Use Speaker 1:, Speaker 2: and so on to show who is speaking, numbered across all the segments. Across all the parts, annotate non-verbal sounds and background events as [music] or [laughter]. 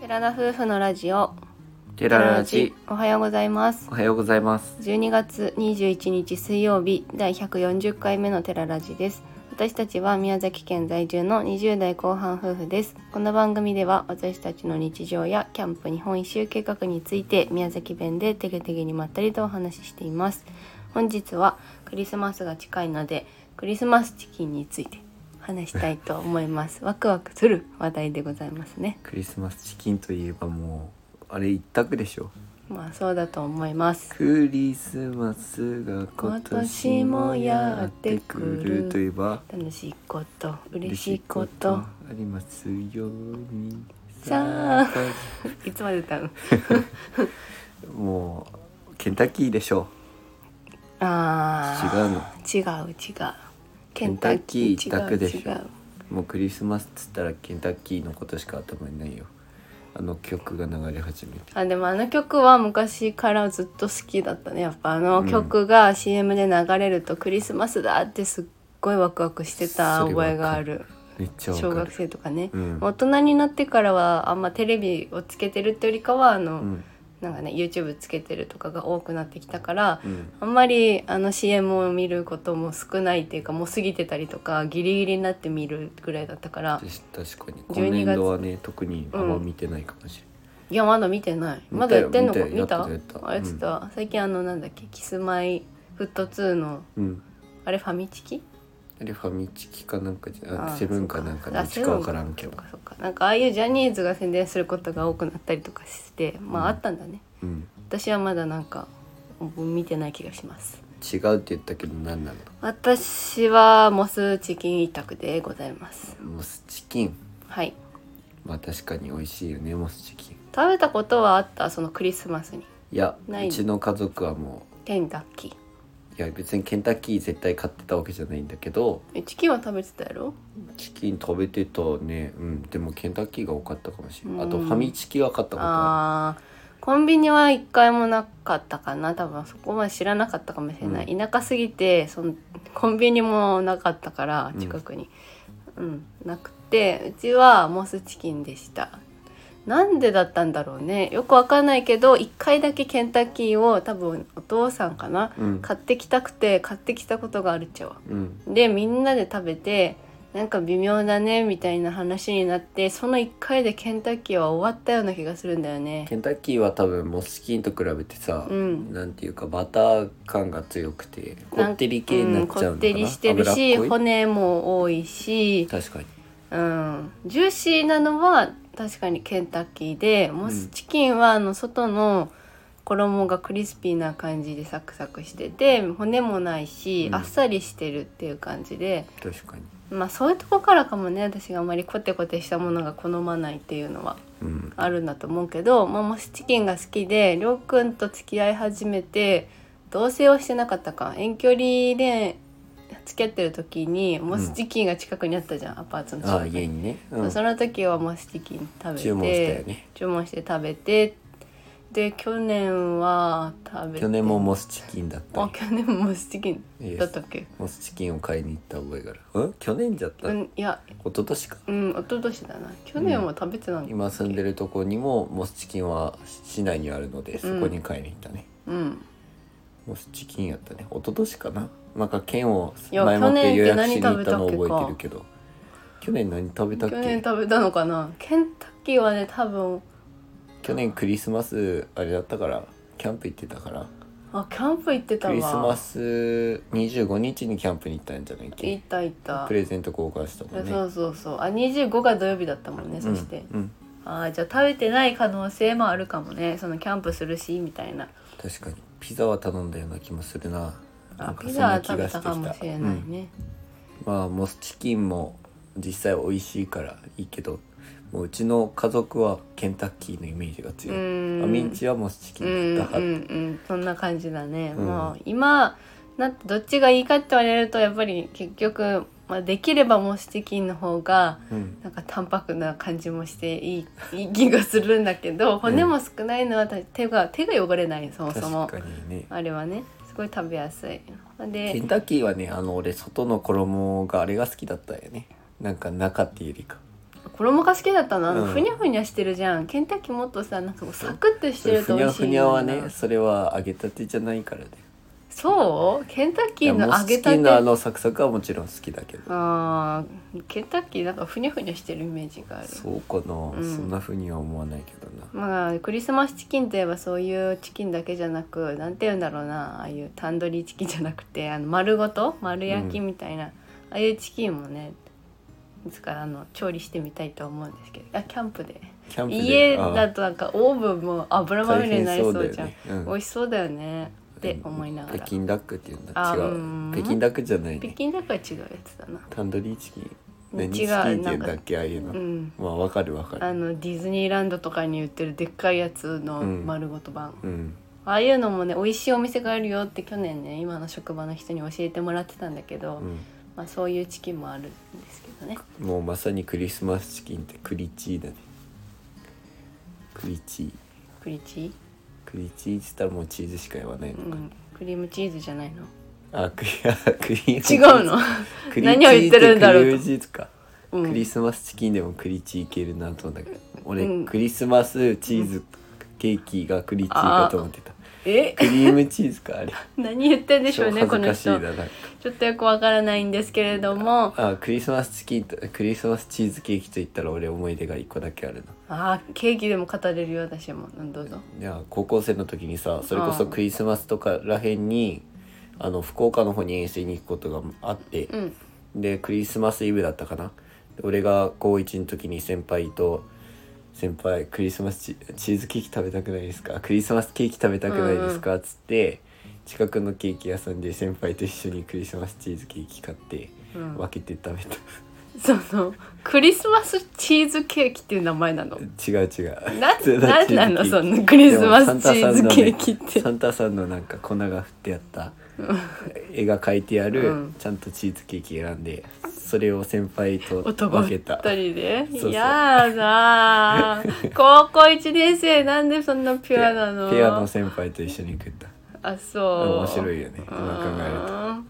Speaker 1: 寺田夫婦のラジオ
Speaker 2: テララジ
Speaker 1: おはようございます
Speaker 2: おはようございます
Speaker 1: 12月21日水曜日第140回目のテララジです私たちは宮崎県在住の20代後半夫婦ですこの番組では私たちの日常やキャンプ日本一周計画について宮崎弁でてげてげにまったりとお話ししています本日はクリスマスが近いのでクリスマスチキンについて話したいと思いますワクワクする話題でございますね
Speaker 2: クリスマスチキンといえばもうあれ一択でしょ
Speaker 1: まあそうだと思います
Speaker 2: クリスマスが今年もやってくるといえば
Speaker 1: 楽しいこと嬉しいこと
Speaker 2: ありますように
Speaker 1: さあ
Speaker 2: さ
Speaker 1: いつまで
Speaker 2: [laughs]
Speaker 1: 歌う
Speaker 2: あもうケンタッキーでしょ
Speaker 1: あ違うの違う違うケンタッキー
Speaker 2: ケンタッキー一択でしょ
Speaker 1: 違う違う
Speaker 2: もうクリスマスっつったらケンタッキーのことしか頭にないよあの曲が流れ始めて
Speaker 1: あでもあの曲は昔からずっと好きだったねやっぱあの
Speaker 2: うん
Speaker 1: 曲が CM で流れるとクリスマスだってすっごいワクワクしてた覚えがある
Speaker 2: めっちゃわかる
Speaker 1: 小学生とかね、
Speaker 2: うん
Speaker 1: 大人になってからはあんまテレビをつけてるってよりかはあの、
Speaker 2: うん
Speaker 1: なんかね YouTube つけてるとかが多くなってきたから、
Speaker 2: うん
Speaker 1: あんまりあの CM を見ることも少ないっていうかもう過ぎてたりとかギリギリになって見るぐらいだったから
Speaker 2: 確かに今
Speaker 1: 12
Speaker 2: 年
Speaker 1: 月
Speaker 2: 度はね特にあんま見てないかもし
Speaker 1: いやまだ見てない
Speaker 2: 見たよ
Speaker 1: まだやってんのか
Speaker 2: 見
Speaker 1: 見
Speaker 2: た
Speaker 1: た
Speaker 2: よやってたやってた
Speaker 1: あれちょっと、最近あのなんだっけキスマイフット2の
Speaker 2: れない、うん、
Speaker 1: あれファミチキ
Speaker 2: あれファミチキかなんかじゃあ
Speaker 1: あ
Speaker 2: セブンかなんかど
Speaker 1: あ
Speaker 2: っ
Speaker 1: セ
Speaker 2: ち
Speaker 1: ブン
Speaker 2: かわからんけど
Speaker 1: そっかそっかなんかああいうジャニーズが宣伝することが多くなったりとかしてま
Speaker 2: うん
Speaker 1: ああったんだね、
Speaker 2: うん
Speaker 1: 私はまだなんか見てない気がします
Speaker 2: 違うって言ったけど何な
Speaker 1: 私はモスチキン一択でございます
Speaker 2: のモスチキン
Speaker 1: はい
Speaker 2: まあ確かに美味しいよねモスチキン
Speaker 1: 食べたことはあったそのクリスマスに
Speaker 2: いや
Speaker 1: ないう
Speaker 2: ちの家族はも
Speaker 1: ケンタッキー
Speaker 2: ういや別にケンタッキー絶対買ってたわけじゃないんだけど
Speaker 1: えチキンは食べてたやろ
Speaker 2: チキン食べてたねうんでもケンタッキーが多かったかもしれないあ
Speaker 1: うん
Speaker 2: とファミチキは買ったことあ
Speaker 1: あーコンビニは一回もなかったかな多分そこまで知らなかったかもしれない、田舎すぎてそのコンビニもなかったから
Speaker 2: うん
Speaker 1: 近くに、うんなくてうちはモスチキンでしたなんでだったんだろうねよくわかんないけど一回だけケンタッキーを多分お父さんかな
Speaker 2: るうん
Speaker 1: 買ってきたくて買ってきたことがあるっちゃわ
Speaker 2: うん
Speaker 1: でみんなで食べてなんか微妙だねみたいな話になってその1回でケンタッキーは終わったような気がするんだよね
Speaker 2: ケンタッキーは多分モスチキンと比べてさ、
Speaker 1: うん
Speaker 2: なんていうかバター感が強くてこってり系になっちゃうのかな、
Speaker 1: んこってりしてるし
Speaker 2: 脂っこい
Speaker 1: 骨も多いし、
Speaker 2: 確かに
Speaker 1: うん、ジューシーなのは確かにケンタッキーでモスチキンはあの外の衣がクリスピーな感じでサクサクしてて骨もないし、
Speaker 2: うん
Speaker 1: あっさりしてるっていう感じで
Speaker 2: 確かに
Speaker 1: まあそういうとこからかもね私があまりコテコテしたものが好まないっていうのは。
Speaker 2: うん
Speaker 1: あるんだと思うけど、まあ、もしチキンが好きでりょうくんと付き合い始めて同棲をしてなかったか遠距離で付き合ってる時にモスチキンが近くにあったじゃん、アパートの近
Speaker 2: ああ
Speaker 1: くに
Speaker 2: 家にね、うん、
Speaker 1: その時はモスチキン食べて
Speaker 2: 注文したよね
Speaker 1: 注文して食べてで去年は食べて
Speaker 2: 去年もモスチキンだった
Speaker 1: あ
Speaker 2: ね
Speaker 1: 去年もモスチキンだったっけ、
Speaker 2: モスチキンを買いに行った覚えがあるうん去年じゃった、
Speaker 1: うんいや
Speaker 2: 一昨年か
Speaker 1: うん一昨年だな去年は食べてないの
Speaker 2: 今住んでるとこにもモスチキンは市内にあるのでそこに買いに行ったね、
Speaker 1: うん
Speaker 2: モスチキンやったね一昨年かななんか券を
Speaker 1: いや
Speaker 2: 前もって予約しに行ったの
Speaker 1: 去年って何食べたっけか
Speaker 2: 覚えてるけど去年何食べたっけ
Speaker 1: 去
Speaker 2: 去
Speaker 1: 年
Speaker 2: 年
Speaker 1: 食べたのかなケンタッキーはね多分
Speaker 2: クリスマスあれだったからキャンプ行ってたから
Speaker 1: あキャンプ行ってた
Speaker 2: ク
Speaker 1: わ
Speaker 2: リスマス25日にキャンプに行ったんじゃないっ
Speaker 1: 行
Speaker 2: け
Speaker 1: った行った
Speaker 2: プレゼント交換した
Speaker 1: い
Speaker 2: も
Speaker 1: や
Speaker 2: んね
Speaker 1: そうそうそうあ25が土曜日だったもんねそして、
Speaker 2: うんうん
Speaker 1: あーじゃあ食べてない可能性もあるかもねそのキャンプするしみたいな
Speaker 2: 確かにピザは頼んだような気もするなな
Speaker 1: あ
Speaker 2: んか
Speaker 1: ピ
Speaker 2: そ
Speaker 1: ザ
Speaker 2: んな
Speaker 1: は
Speaker 2: 気
Speaker 1: 食べ
Speaker 2: がして
Speaker 1: た
Speaker 2: きた
Speaker 1: かもしれな
Speaker 2: う
Speaker 1: い
Speaker 2: ん
Speaker 1: ね、
Speaker 2: まあモスチキンも実際美味しいからいいけどもううちの家族はケンタッキーのイメージが
Speaker 1: う
Speaker 2: 強い
Speaker 1: ん、
Speaker 2: あみんちはモスチキ
Speaker 1: う
Speaker 2: ン
Speaker 1: んう
Speaker 2: だ
Speaker 1: ん
Speaker 2: った
Speaker 1: う
Speaker 2: はず
Speaker 1: んそんな感じだね、
Speaker 2: うん
Speaker 1: もう今なってどっちがいいかって言われるとやっぱり結局、まあ、できればモスチキンの方が
Speaker 2: うん
Speaker 1: なんか淡白な感じもしていいいい気がするんだけど骨も少ないのは私手が手が汚れないそもそも
Speaker 2: 確かにね
Speaker 1: あれはねすごい食べやすい
Speaker 2: ケ
Speaker 1: で
Speaker 2: ンタッキーはねあの俺外の衣があれが好きだったよねなんか中っていうよりか
Speaker 1: 衣が好きだったのあの、
Speaker 2: うん
Speaker 1: ふにゃふにゃしてるじゃんケンタッキーもっとさなんかもうサクッとしてる
Speaker 2: ふ
Speaker 1: と
Speaker 2: に
Speaker 1: 美
Speaker 2: ゃ
Speaker 1: 味しい
Speaker 2: ふ
Speaker 1: んだ
Speaker 2: に
Speaker 1: よ
Speaker 2: ゃはねそれは揚げたてじゃないからね
Speaker 1: そうケンタッ
Speaker 2: い
Speaker 1: キ
Speaker 2: や
Speaker 1: ーの
Speaker 2: モ
Speaker 1: 揚
Speaker 2: ス
Speaker 1: げ
Speaker 2: チ
Speaker 1: た
Speaker 2: キ
Speaker 1: て
Speaker 2: ンのあのサクサクはもちろん好きだけど
Speaker 1: あーケンタッキーなんかふにゃふにゃしてるイメージがある
Speaker 2: そうかな、
Speaker 1: ん
Speaker 2: そんなふうには思わないけどな
Speaker 1: まあクリスマスチキンといえばそういうチキンだけじゃなくなんて言うんだろうなああいうタンドリーチキンじゃなくてあの丸ごと丸焼きみたいな、ああいうチキンもねいつかあの調理してみたいと思うんですけどあキャンプで
Speaker 2: キャンプで
Speaker 1: 家
Speaker 2: ああ
Speaker 1: だとなんかオーブンも油まみれになりそうじゃん、
Speaker 2: 大変そうだよねうん
Speaker 1: 美味しそうだよねって思いながら
Speaker 2: 北京ダックっていうんだ
Speaker 1: あ
Speaker 2: 違
Speaker 1: うん
Speaker 2: う北京ダックじゃない
Speaker 1: 北
Speaker 2: ね
Speaker 1: 京ダックは違うやつだな
Speaker 2: タンドリーチキン
Speaker 1: 違う
Speaker 2: 何チキンっていうん
Speaker 1: な
Speaker 2: だ
Speaker 1: ん
Speaker 2: っ
Speaker 1: か
Speaker 2: けああいうの、
Speaker 1: うん
Speaker 2: まあわかるわか
Speaker 1: あ
Speaker 2: る
Speaker 1: のディズニーランドとかに売ってるでっかいやつの
Speaker 2: うん
Speaker 1: 丸ごと版、
Speaker 2: うん
Speaker 1: ああいうのもね美味しいお店があるよって去年ね今の職場の人に教えてもらってたんだけど、
Speaker 2: う
Speaker 1: まあ、そういうチキンもあるんですけどね
Speaker 2: んもうまさにクリスマスチキンってクリチーだねクリチー
Speaker 1: クリチ
Speaker 2: クリチーって言ったらもうチーズしか言わない
Speaker 1: ー、
Speaker 2: の
Speaker 1: う
Speaker 2: か、
Speaker 1: ん、クリームチーズじゃないの
Speaker 2: あクリアクリ違
Speaker 1: 違うの
Speaker 2: クリ
Speaker 1: 何を言ってるんだろうと
Speaker 2: チーってクルージーとか、
Speaker 1: うん
Speaker 2: クリスマスチキンでもクリチーいけるなと思ったけど俺、
Speaker 1: うん
Speaker 2: クリスマスチーズケーキがクリチーかと思ってた
Speaker 1: え [laughs]
Speaker 2: クリームチーズかあれ
Speaker 1: 何言ってんでしょ
Speaker 2: 超
Speaker 1: うね
Speaker 2: 恥
Speaker 1: こ
Speaker 2: ず
Speaker 1: の
Speaker 2: かしい
Speaker 1: 人
Speaker 2: だな
Speaker 1: ちょっとよくわからないんですけれども
Speaker 2: あクリスマスチキンとクリスマスチーズケーキと言ったら俺思い出が一個だけあるな
Speaker 1: あーケーキでも語れるよ私もうんどうぞ
Speaker 2: いや高校生の時にさそれこ
Speaker 1: う
Speaker 2: そ
Speaker 1: ん
Speaker 2: クリスマスとからへんにあの福岡の方に遠征に行くことがあって、
Speaker 1: うん
Speaker 2: でクリスマスイブだったかな俺が高1の時に先輩と「先輩クリスマスチチーズケーキ食べたくないですかクリスマスケーキ食べたくないですか?」っつって近くのケーキ屋さんで先輩と一緒にクリスマスチーズケーキ買って
Speaker 1: うん
Speaker 2: 分けて食べた、 [laughs]
Speaker 1: そのクリスマスチーズケーキっていう名前なの
Speaker 2: 違う違う
Speaker 1: な
Speaker 2: [laughs] 普通
Speaker 1: なん
Speaker 2: チーズケー
Speaker 1: な
Speaker 2: キ
Speaker 1: のそのクリスマスチーズケーキっ
Speaker 2: で
Speaker 1: て
Speaker 2: もサンタさんのねサンタさんのなんか粉が振ってあった絵が描いてある、
Speaker 1: うん
Speaker 2: ちゃんとチーズケーキ選んでそれを先輩と
Speaker 1: 男
Speaker 2: 分
Speaker 1: 二
Speaker 2: けた
Speaker 1: 人で
Speaker 2: そうそう
Speaker 1: いや
Speaker 2: [laughs]
Speaker 1: だ高校一年生なんでそんなピュアなの
Speaker 2: ペアの先輩と一緒に食った
Speaker 1: あそう
Speaker 2: 面白いよね今考えると
Speaker 1: うん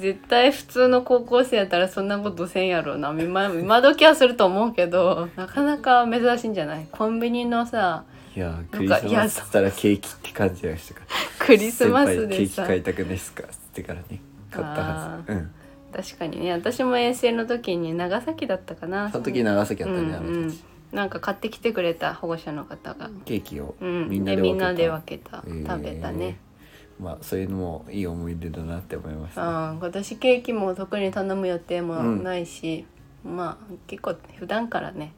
Speaker 1: 絶対普通の高校生やったらそんなことせんやろうな今今時はすると思うけどなかなか珍しいんじゃないコンビニのさ
Speaker 2: いやークリスマスっつったらケーキって感じがしたから
Speaker 1: クリスマス
Speaker 2: 先輩ケ
Speaker 1: で
Speaker 2: ーキ
Speaker 1: さ
Speaker 2: 買いたくないっすかっつってからね買ったはずうん
Speaker 1: 確かにね私も遠征の時に長崎だったかな
Speaker 2: その時長崎や
Speaker 1: う
Speaker 2: っ
Speaker 1: ん
Speaker 2: た
Speaker 1: う
Speaker 2: ねあの
Speaker 1: ん
Speaker 2: 時
Speaker 1: なんか買ってきてくれた保護者の方が
Speaker 2: ケーキを
Speaker 1: うん、
Speaker 2: みんな
Speaker 1: で
Speaker 2: で
Speaker 1: みんなで
Speaker 2: 分
Speaker 1: 分けた、
Speaker 2: けた
Speaker 1: 食べたね、
Speaker 2: えーまあそういうのもいい思い出だなって思いましたね
Speaker 1: うん、今年ケーキも特に頼む予定もないし、まあ結構普段からね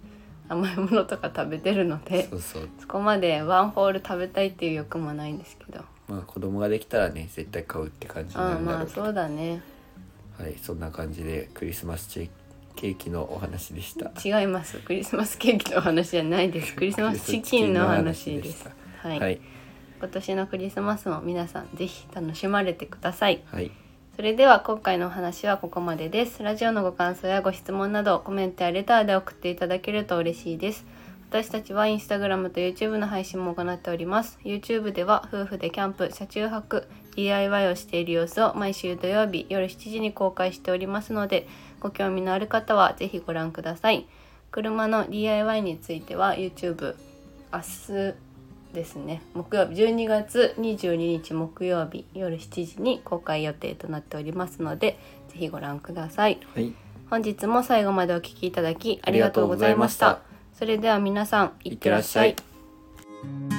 Speaker 1: 甘いものとか食べてるので
Speaker 2: そうそう
Speaker 1: そこまでワンホール食べたいっていう欲もないんですけど
Speaker 2: まあ子供ができたらね絶対買うって感じにな
Speaker 1: あ
Speaker 2: るんだ
Speaker 1: ま
Speaker 2: ろ
Speaker 1: あ
Speaker 2: うけど
Speaker 1: そうだね
Speaker 2: はいそんな感じでクリスマスチェケーキのお話でした
Speaker 1: 違いますクリスマスケーキのお話じゃないですクリスマスチキンのお話で
Speaker 2: クリ
Speaker 1: す
Speaker 2: スマスチキンの話でし
Speaker 1: はい、
Speaker 2: はい
Speaker 1: 今年のクリスマスも皆さんぜひ楽しまれてください
Speaker 2: はい
Speaker 1: それでは今回のお話はここまでです。ラジオのご感想やご質問などコメントやレターで送っていただけると嬉しいです。私たちはインスタグラムと YouTube の配信も行っております。YouTube では夫婦でキャンプ、車中泊、DIY をしている様子を毎週土曜日夜7時に公開しておりますので、ご興味のある方はぜひご覧ください。車の DIY については YouTube 明日ですね木曜日12月22日木曜日夜7時に公開予定となっておりますのでぜひご覧ください
Speaker 2: はい
Speaker 1: 本日も最後までお聞きいただきありがとうございました
Speaker 2: ありがとうございま
Speaker 1: それでは皆さんい
Speaker 2: い
Speaker 1: っ
Speaker 2: ってて
Speaker 1: ら
Speaker 2: ら
Speaker 1: っ
Speaker 2: っ
Speaker 1: し
Speaker 2: し
Speaker 1: ゃ
Speaker 2: ゃ
Speaker 1: い
Speaker 2: い